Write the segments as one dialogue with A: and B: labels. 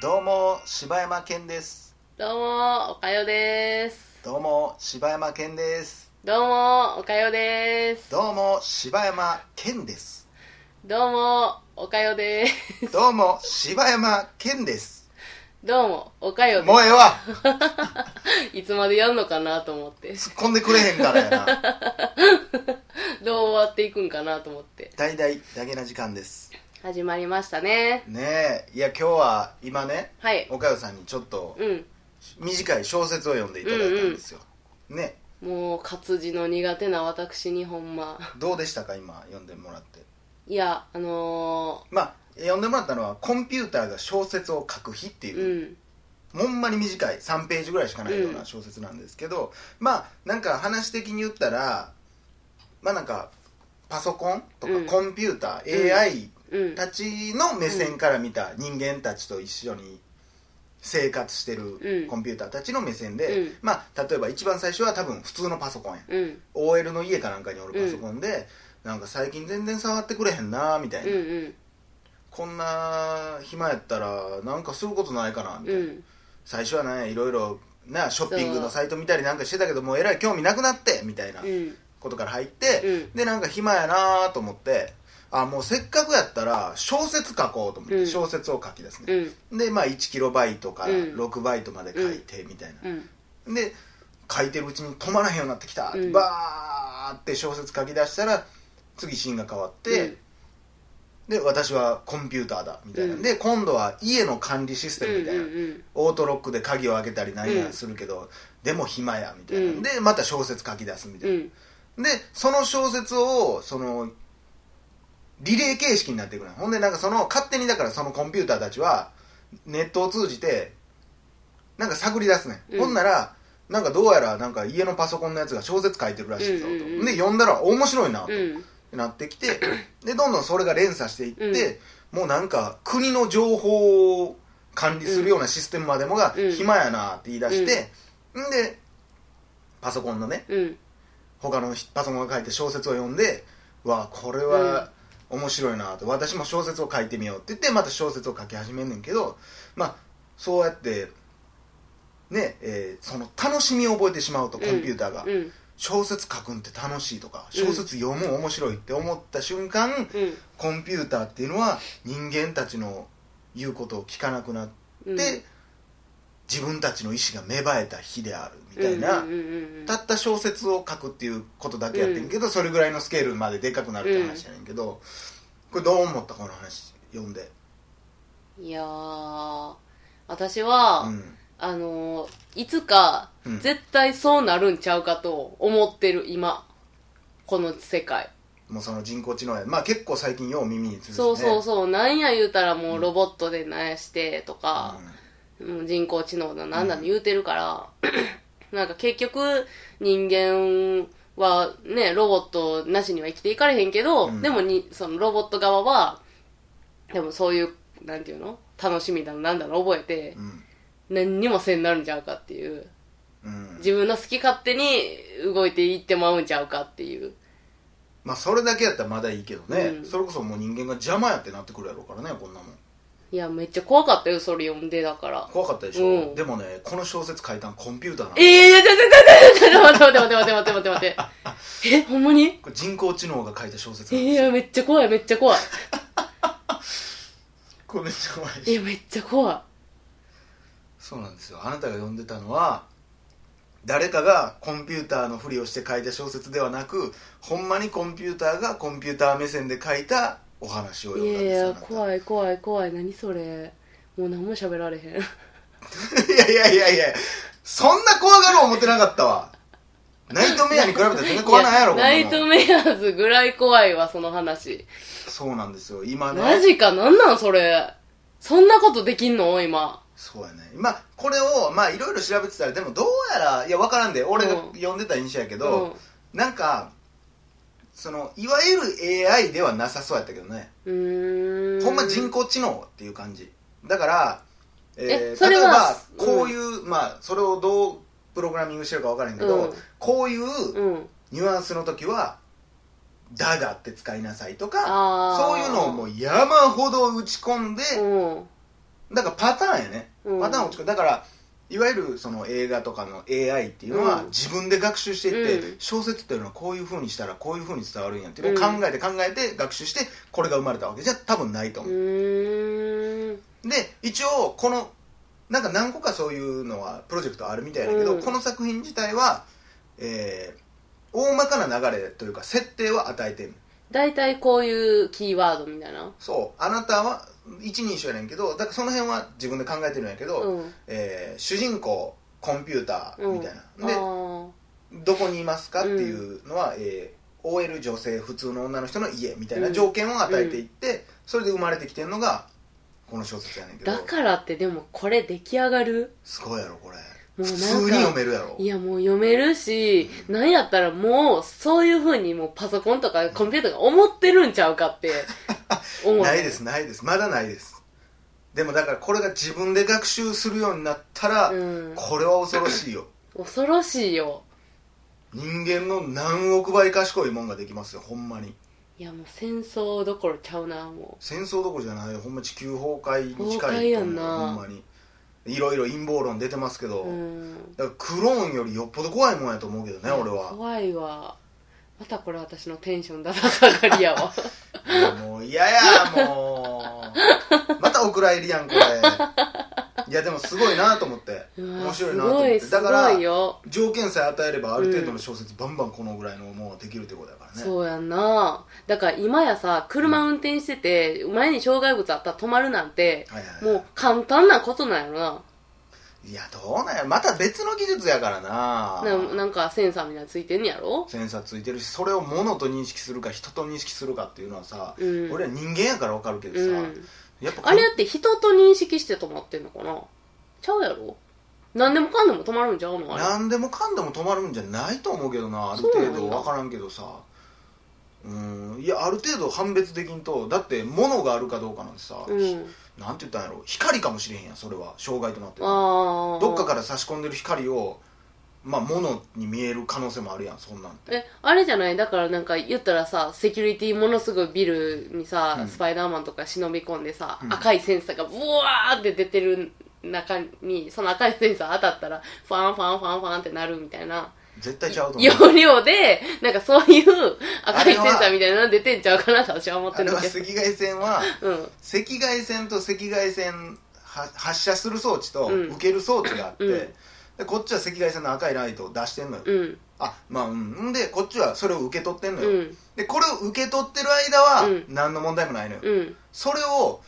A: どうも柴山健です
B: どうも、おかよです。
A: どうも柴山健です
B: どうも、おかよです。
A: どうも柴山健です
B: どうも、おかよです。
A: どうも柴山健です
B: どうも、おかよ
A: もうええわ
B: です。いつまでやんのかなと思って。
A: 突っ込んでくれへんからやな
B: どう終わっていくんかなと思って。
A: 大々だけな時間です
B: 始まりましたね。
A: ねえいや今日は今ね
B: はい。
A: 岡代さんにちょっと
B: うん。
A: 短い小説を読んでいただいたんですよ、ね
B: もう、活字の苦手な私にほんま。
A: どうでしたか今読んでもらって
B: いや、あの
A: まあ読んでもらったのはコンピューターが小説を書く日って
B: ー、
A: いう、
B: うん。
A: ほんまに短い3ページぐらいしかないよう
B: う
A: なん小説なんですけど、まあなんか話的に言ったらまあなんかパソコンとか
B: うん
A: コンピューター、
B: うん
A: AI
B: うん。
A: たちの目線から見た人間たちと一緒に生活して
B: う
A: る
B: ん
A: コンピューターたちの目線で、
B: うん
A: まあ例えば一番最初は多分普通のパソコンや
B: うん。
A: OL の家かなんかにおるパソコンで、なんか最近全然触ってくれへんなみたい
B: うん
A: な、
B: うん。
A: こんな暇やったらなんかすることないかなみたいな、
B: うん。
A: 最初はねいろいろなショッピングのサイト見たりなんかしてたけどもうえらい興味なくなってみたいな
B: うん。
A: ことから入って、
B: うん
A: でなんか暇やなと思ってあもうせっかくやったら小説書こうと思って、
B: うん
A: 小説を書きです
B: う
A: ね、
B: ん。
A: でまあ1キロバイトから
B: うん
A: 6バイトまで書いてみたいな、
B: うん。
A: で書いてるうちに止まらへんようになってきた、
B: うん
A: バーって小説書き出したら次シーンが変わって、
B: うん
A: で私はコンピューターだみたいな、
B: うん
A: で今度は家の管理システムみたいな、
B: うんうん
A: オートロックで鍵を開けたりなん
B: う
A: や
B: ん
A: するけど、でも暇やみたいな、
B: うん
A: でまた小説書き出すみた
B: う
A: いな、
B: ん。
A: でその小説をそのリレー形式になっていくのよほんでなんかその勝手にだからそのコンピューターたちはネットを通じてなんか探り出すね、
B: うん
A: ん、ほんならなんかどうやらなんか家のパソコンのやつが小説書いてるらしいぞと、
B: うんうんうん
A: で読んだら面白いなと、
B: うん。
A: なってきてでどんどんそれが連鎖していって、もうなんか国の情報を管理するようなシステムまでもが
B: うん
A: 暇やなって言い出して、んでパソコンのね
B: うん。
A: 他のパソコンが書いて小説を読んでわあこれは面白いなと私も小説を書いてみようって言ってまた小説を書き始めんねんけどまあそうやってねえーその楽しみを覚えてしまうとコンピューターが、
B: うん。
A: 小説書くんって楽しいとか
B: うん
A: 小説読む面白いって思った瞬間、
B: うん。
A: コンピューターっていうのは人間たちの言うことを聞かなくなって、
B: うん。
A: 自分たちの意志が芽生えた日であるみたいな、
B: うんうんうんうん
A: たった小説を書くっていうことだけやってんけど、それぐらいのスケールまででかくなるって話やねんけど、これどう思ったこの話読んで、
B: いやー、私は、
A: うん
B: あのーいつか、
A: うん
B: 絶対そうなるんちゃうかと思ってる、今。この世界。
A: もうその人工知能やまあ結構最近よう耳につるしね
B: そうそうそう、なんや言うたらもうロボットでなんやしてとか、
A: う
B: もう人工知能だなんだって言うてるから、 なんか結局、人間はね、ロボットなしには生きていかれへんけど、
A: うん
B: でもに、そのロボット側は、でもそういう、なんていうの楽しみだの、なんだの覚えて、
A: ん
B: 何にもせんなるんちゃうかってい
A: う
B: う。
A: んうん
B: 自分の好き勝手に動いていってまうんちゃうかっていう。
A: まあそれだけやったらまだいいけどね、
B: うん
A: それこそもう人間が邪魔やってなってくるやろうからねこんなもん
B: いや、めっちゃ怖かったよ、それ読んでだから。
A: 怖かったでしょ、
B: うん
A: でもねこの小説書いたんコンピューターなの
B: ええー、ちょちょちょちょちょちょちょちょちょちょちょちょちょちょちょ待って待って待って待って。え、ほんまに
A: これ人工知能が書いた小説
B: え
A: なの
B: ー、いや、めっちゃ怖い、めっちゃ怖い。
A: これめっちゃ怖いでしょ
B: え、めっちゃ怖い。
A: そうなんですよあなたが読んでたのは誰かがコンピューターのふりをして書いた小説ではなくほんまにコンピューターがコンピューター目線で書いたお話を
B: い
A: 読んだん
B: やい
A: ですよい
B: や、怖い怖い怖い。何それ。もう何も喋られへん。
A: いやいやいやいやそんな怖がる思ってなかったわナイトメアに比べたら全然怖ないやろこんな
B: ナ
A: もん
B: イトメアーズぐらい怖いわ、その話。
A: そうなんですよ今ね
B: マジか、なんなんそれ。そんなことできんの今。
A: そうやねまあこれをまあいろいろ調べてたらでもどうやらいや分からんで俺が
B: うん
A: 読んでた印象やけ
B: う
A: ど、
B: ん。
A: なんかそのいわゆる AI ではなさそうやったけどね、
B: うーん。
A: ほんま人工知能っていう感じだから、え
B: え
A: ー
B: それ
A: 例えば
B: は
A: こういう、まあそれをどうプログラミングしてるか分からへんけど、
B: うん
A: こういう
B: うん。
A: ニュアンスの時は「だが」って使いなさいと
B: あ
A: か
B: ー
A: そういうのをもう山ほど打ち込んで、
B: うん
A: だからパターンやね、
B: うん
A: パターンを作るだからいわゆるその映画とかの AI っていうのは
B: うん
A: 自分で学習していって、
B: うん
A: 小説っていうのはこういうふうにしたらこういうふうに伝わるんやっていうのを考えて考えて学習してこれが生まれたわけじゃ多分ないと
B: う
A: 思う、
B: ーん
A: で一応このなんか何個かそういうのはプロジェクトあるみたいだけど、
B: うん
A: この作品自体は、えー大まかな流れというか設定は与えてる
B: 大体こういうキーワードみたいな
A: そうあなたは一人称やねんけどだからその辺は自分で考えてるんやけど、
B: うん
A: えー主人公コンピューターみたいな、
B: うん、あー
A: でどこにいますかっていうのは、えー OL 女性普通の女の人の家みたいな条件を与えていって、それで生まれてきてるのがこの小説やねんけど
B: だからってでもこれ出来上がる
A: すごいやろこれ
B: もう
A: 普
B: なんか
A: 通に読めるやろ
B: いやもう読めるし、なんやったらもうそういう風にもうパソコンとかコンピューターが思ってるんちゃうかって 思う
A: ないですないですまだないですでもだからこれが自分で学習するようになったら、
B: うん
A: これは恐ろしいよ
B: 恐ろしいよ
A: 人間の何億倍賢いもんができますよほんまに
B: いやもう戦争どころちゃうなも
A: 戦争どころじゃないよほんま地球崩壊に
B: 崩
A: 近
B: 壊
A: い
B: や
A: と
B: ん
A: 思う
B: な
A: ほんまにいろいろ陰謀論出てますけど、
B: ううん
A: だからクローンよりよっぽど怖いもんやと思うけどね俺は
B: 怖いわまたこれ私のテンションだだ下がりやわ
A: もう嫌やもうまたお蔵入りや んこれいやでもすごいなと思って
B: うわ
A: 面白いなと思って
B: すご
A: だ
B: い
A: から
B: すごいよ、
A: 条件さえ与えればある程度の小説、バンバンこのぐらいのものができるってことだからね
B: そうやんなだから今やさ車運転してて前に障害物あったら止まるなんて
A: はいはいはい
B: もう簡単なことなんやろない
A: やどうなんやまた別の技術やからな
B: ななんかセンサーみたいなのついてんやろ
A: センサーついてるしそれを物と認識するか人と認識するかっていうのはさ、
B: うん
A: 俺は人間やから分かるけどさ、
B: うん
A: やっぱ
B: あれって人と認識して止まってんのかなちゃうやろ何でもかんでも止まるんちゃうのあれ
A: 何でもかんでも止まるんじゃないと思うけどなある
B: そう
A: 程
B: なん
A: 度
B: や
A: 分からんけどさうんいやある程度判別できんとだって物があるかどうかなんてさ、
B: うん
A: なんて言ったんやろ光かもしれへんやんそれは障害となってる
B: ああ
A: どっかから差し込んでる光をまあ物に見える可能性もあるやんそんなん
B: えあれじゃないだからなんか言ったらさセキュリティものすごいビルにさ、
A: うん
B: スパイダーマンとか忍び込んでさ、
A: うん
B: 赤いセンサーがブワーって出てる中にその赤いセンサー当たったらファンファンファンファンってなるみたいな
A: 絶対ちゃうと思う
B: 要領でなんかそういう赤いセン
A: あれ
B: サ
A: は
B: ーみたいなの出てんちゃうかなと私は思っ
A: あ
B: て
A: れ
B: る
A: は
B: けど
A: 赤外線は
B: うん
A: 赤外線と赤外線は発射する装置と
B: うん
A: 受ける装置があって、
B: うん
A: でこっちは赤外線の赤いライトを出してんのよ、
B: うん
A: あまあうんんでこっちはそれを受け取ってんの
B: う
A: よ、
B: ん
A: でこれを受け取ってる間は
B: うん
A: 何の問題もないのよ、
B: うん
A: それを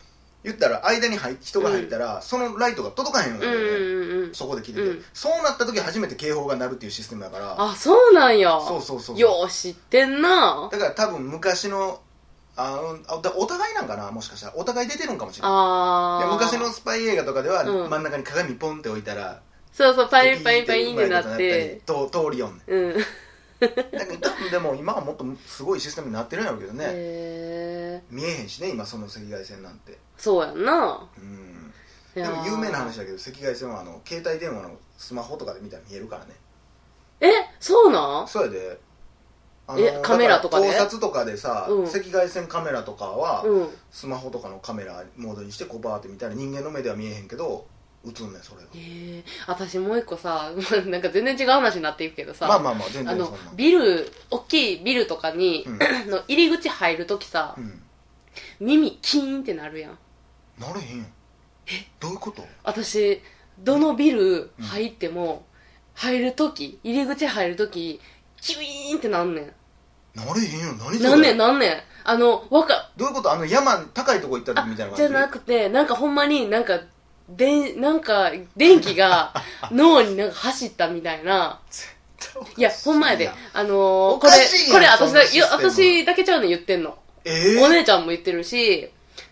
A: 言ったら間に入っ人が入ったら、そのライトが届かへんの
B: うんう
A: よ、ね
B: んうんうん
A: そこで切れて、
B: うん
A: そうなった時初めて警報が鳴るっていうシステムだから
B: あそうなんや
A: そうそうそう
B: よう知ってんな
A: だから多分昔のあうんあだお互いなんかなもしかしたらお互い出てるんかもしれない
B: あ
A: で
B: あ
A: 昔のスパイ映画とかでは
B: うん
A: 真ん中に鏡ポンって置いたら、
B: そうそうパインパインパインってなっ
A: うま
B: て
A: いことなったりと通りよんね
B: うん
A: んだけど多分でも今はもっとすごいシステムになってるんやろうけどね、
B: へえ
A: 見えへんしね今その赤外線なんて
B: そうやんな
A: うん
B: い
A: で
B: やー
A: も有名な話だけど赤外線はあの携帯電話のスマホとかで見たら見えるからね
B: えそうなん
A: そうやであ
B: えカメラとかで
A: だら盗撮とかでさ、
B: うん
A: 赤外線カメラとかは、
B: うん
A: スマホとかのカメラモードにしてこうバーって見たら人間の目では見えへんけど映んねんそれが
B: へえ私もう一個さ なんか全然違う話になっていくけどさ
A: まあまあまあ全
B: あ
A: 然そん
B: の
A: なん
B: ビル大きいビルとかに、の入り口入るときさ
A: う、ん、
B: 耳キーンってなるやん
A: なれへんやんどういうこと
B: 私どのビル入っても、入るとき入り口入るときキュイーンってなんねん
A: なれへんやん何それ
B: なんねんなんねんあのわか
A: どういうことあの山高いとこ行った時みたいな感じ
B: じゃなくてなんかほんまになんかでなんか電 気が脳になんか走ったみたいな
A: 絶対おかし
B: いやほんまやであのー
A: おかしい
B: これこれ
A: やん
B: 私
A: そんな
B: だ
A: システ
B: い
A: ム
B: や私だけちゃうの言ってんの、
A: え
B: お
A: ー、
B: 姉ちゃんも言ってるし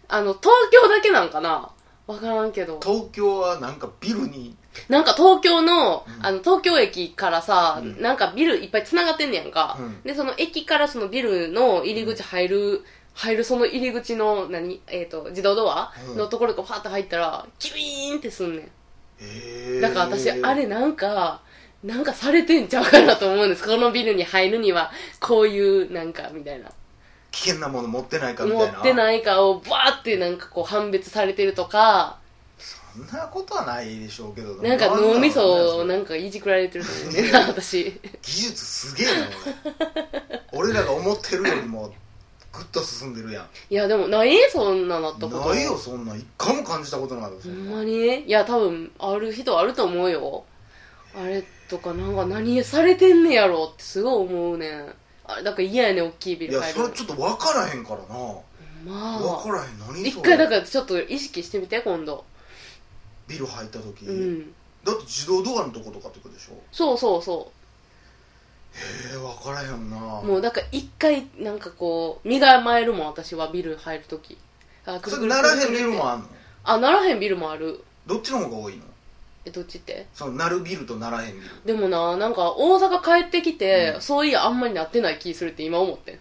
B: あの東京だけなんかなわからんけど
A: 東京はなんかビルに
B: なんか東京の,、
A: うん
B: あの東京駅からさ、
A: うん
B: なんかビルいっぱい繋がってんねやんか、
A: うん
B: でその駅からそのビルの入り口入る、入るその入り口の何、えー、と自動ドア
A: うん
B: のところがファーって入ったらキュイーンってすんね
A: え
B: ん
A: ー、
B: だから私、あれなんかなんかされてんちゃうかなと思うんですこのビルに入るにはこういうなんかみたいな
A: 危険なもの持ってないかみ
B: 持
A: たいな
B: ってないかをバーってなんかこう判別されてるとか、
A: そんなことはないでしょうけど
B: なんか脳みそを
A: なんだろうね
B: なんかいじくられてると思うんだよな、私。
A: 技術すげえな 俺俺らが思ってるよりもぐっと進んでるやん
B: いや、でもないそんななったこと。
A: ないよそんなん一回も感じたことないよそ
B: ほ
A: ん
B: ん
A: な
B: まにいや、多分、ある人あると思うよ。あれとか、なんか何されてんねやろってすごい思うねん。あれ、だから嫌やねん、大きいビ
A: い
B: ル
A: や
B: 買える
A: そ
B: の
A: れちょっと分からへんからな
B: ま
A: 分
B: あ。
A: からへん何それ
B: 一回、だからちょっと意識してみて、今度。
A: ビル入った時、
B: うん。
A: だって自動ドアのとことかってことでしょ
B: そうそうそ
A: ええ分からへんな
B: う。もう、だから一回、なんかこう、身構えるもん、私はビル入るとき。あ、く
A: それ
B: るく
A: な
B: るくる
A: ら
B: くる
A: へんビルもあんの
B: あ、ならへんビルもある。
A: どっちの方が多いの
B: え、どっちって
A: そのなるビルとならへんビル
B: でもな、なんか大阪帰ってきて、
A: うん
B: そういやあんまりなってない気するって今思ってん。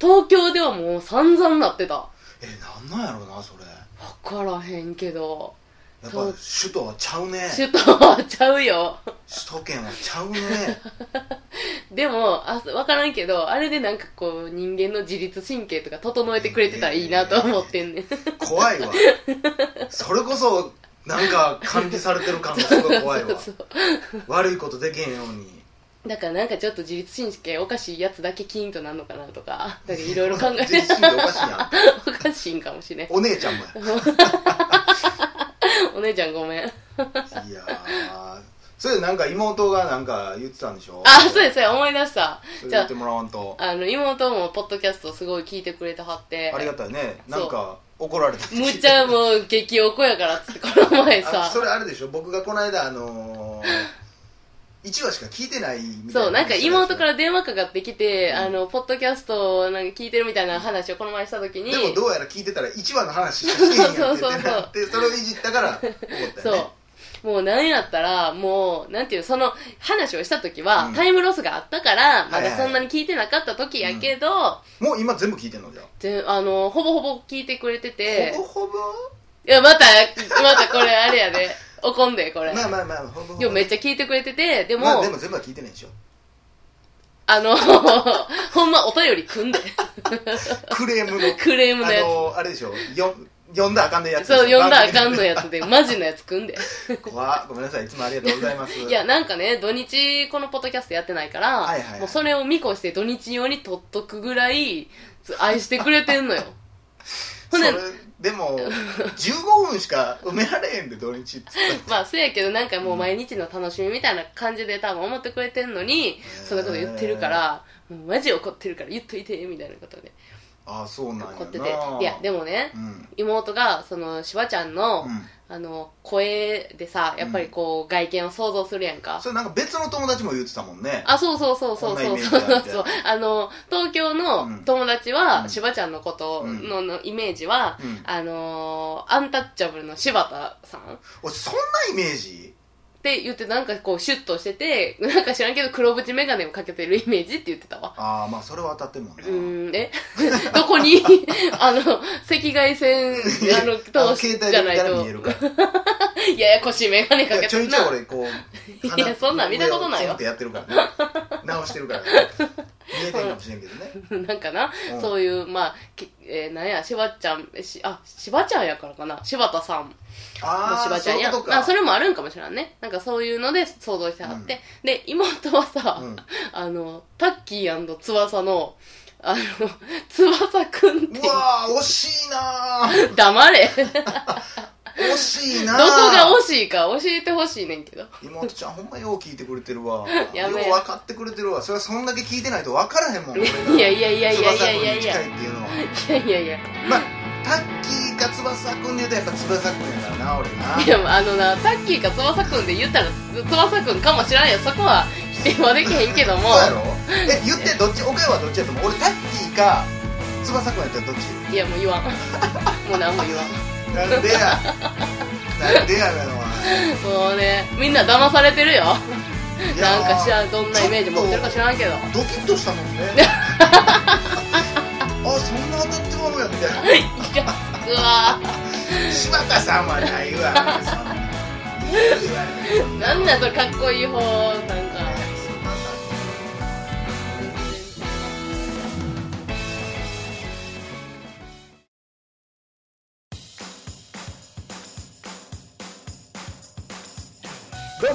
B: 東京ではもう散々なってた。わ
A: えなんなんやろなそれや
B: からへんけど。
A: っぱ
B: そう
A: 首都はちゃうね
B: 首都はちゃうよ。
A: 首都圏はちゃうね
B: でも、あ、わからんけど、あれでなんかこう、人間の自律神経とか整えてくれてたらいいなと思ってんねん。
A: 怖いわそれこそなんか管理されてる感がすごい怖いわ
B: そう
A: 悪いことできへんように
B: だからなんかちょっと自律神経おかしいやつだけキーンとなんのかな とか、だからいろいろ考え
A: 自
B: て、
A: 律神経おかしいやん
B: おかしいんかもしれん。
A: お姉ちゃ んも
B: お姉ちゃんごめん。
A: やいやーそれでなんか妹がなんか言ってたんでしょ
B: あ、そうです、そうです思い出した。
A: それ
B: じゃ
A: 言
B: あ
A: って、もらわんと
B: あの妹もポッドキャストすごい聞いてくれてはって
A: ありがたいねなんか怒られた
B: むっちゃもう激おこやからっつってこの前
A: あ
B: さ
A: それあれでしょ僕がこの間あのー、1話しか聞いてないみたいな
B: そうなんか妹からら電話かかってきて、
A: うん
B: あのポッドキャストをなんか聞いてるみたいな話をこの前した時に
A: でもどうやら聞いてたら1話の話しかしてへんやんって
B: そ
A: 言
B: うそう
A: って
B: そう
A: なってそれをいじったから怒った
B: そ
A: よね
B: うもうなんやったらもうなんていうその話をした時は、
A: うん
B: タイムロスがあったからま
A: はい
B: だ
A: はい
B: そんなに聞いてなかった時やけど、
A: もう今全部聞いてんのじゃあ
B: であのほぼほぼ聞いてくれてて
A: ほぼほぼ
B: いやまたまたこれあれやで怒んでこれ、
A: まあまあまあほぼほぼ
B: でもめっちゃ聞いてくれててでも、
A: まあでも全部は聞いてないでしょ
B: あの、 ほんまお便 り組んで。
A: クレームの
B: クレームのやつ
A: あのー、あれでしょよ読んだらあかんのやつ
B: そう、読んだらあかんの
A: や
B: やつで、マジのやつ組んで。
A: つわごめんなさいいつもありがと うございます
B: いや、なんかね、土日このポッドキャストやってないから、
A: はいはいはい
B: もうそれを見越して土日用に取っとくぐらい、つ愛してくれてんのよ。
A: そ
B: ほん
A: れ
B: で、
A: でも15分しか埋められへんで土日っつったら
B: まあ、そうやけど、なんかもう毎日の楽しみみたいな感じで多分思ってくれてんのに、そんなこと言ってるから、もうマジ怒ってるから言っといて、みたいなことで
A: ああそうなんやな
B: 怒ってて。いや、でもね
A: う、ん
B: 妹が、その、しばちゃんの、
A: うん
B: あの声でさやっぱりこう、外見を想像するやんか
A: それなんか別の友達も言ってたもんね
B: あそうそうそうそう
A: こんなイ
B: そう
A: メージ
B: そう
A: だみ
B: そ
A: たいうな
B: あの東京の
A: うん
B: 友達は、
A: うん
B: しばちゃんのことの,、のイメージは、
A: うん
B: あのーアンタッチャブルの柴田さんっ
A: 俺そんなイメージ
B: て言ってなんかこうシュッとしててなんか知らんけど黒縁眼鏡をかけてるイメージって言ってたわ
A: ああまあそれは当たってるもん
B: う
A: な
B: ーんえ どこに あの赤外線あの
A: あ
B: 通
A: の
B: し
A: 携帯
B: じゃ
A: で
B: な
A: 見
B: い
A: たら
B: と
A: 見えるから
B: ややこしい眼鏡か
A: い
B: け
A: やち
B: て
A: ょ
B: る
A: い
B: な
A: ちょい俺こう
B: いやそんなん見たことない
A: 鼻の上をツン
B: わ
A: ってやってるからね直してるからね見えてんかもしれんけどね
B: なんかな、
A: うん
B: そういう、まあ、けえーなんや、しばちゃん、えし、あ、しばちゃんやからかな、柴田さんも
A: あ
B: し
A: あ
B: ばち
A: そ
B: ゃ
A: うんいう
B: や。
A: こと
B: あ
A: か
B: それもあるんかもしれんね。なんかそういうので想像してはって。で、妹はさ、
A: うん
B: あの、タッキー翼の、あの、翼くんっ
A: う
B: て、
A: わー惜しいなー
B: 黙れ。ど
A: 惜しいな
B: こ
A: ー
B: が惜しいか教えてほしいねんけど。
A: 妹ちゃんほんまよう聞いてくれてるわ
B: や
A: よう
B: め
A: 分かってくれてるわそれはそんだけ聞いてないと分からへんもん俺が
B: いやいやいやいやいやいや
A: 翼君
B: いや
A: に近いっていうのはい
B: やいやいや。
A: まあタッキーか翼くんで言うとやっぱ翼くんやからな俺
B: いや、あのな、タッキーか翼くんで言ったら、翼くんかもしらんよ。そこは否定はできへんけども。
A: そうやろえ言ってどっち岡山はどっちやと思う俺タッキーか翼くんやったらどっち
B: いやもう言わん もう何も言わん
A: なん でやなんでやねんお前
B: もうねみんな騙されてるよ
A: いや
B: な
A: ー
B: んか知らんどんなイメージ持ってるか知らんけど
A: ドキッとしたも んねあそんな当たってまうやみたいな
B: うわ
A: 柴田さんはないわ。そんないいわ
B: ーなんだそれかっこいい方なんか
A: そんなさどう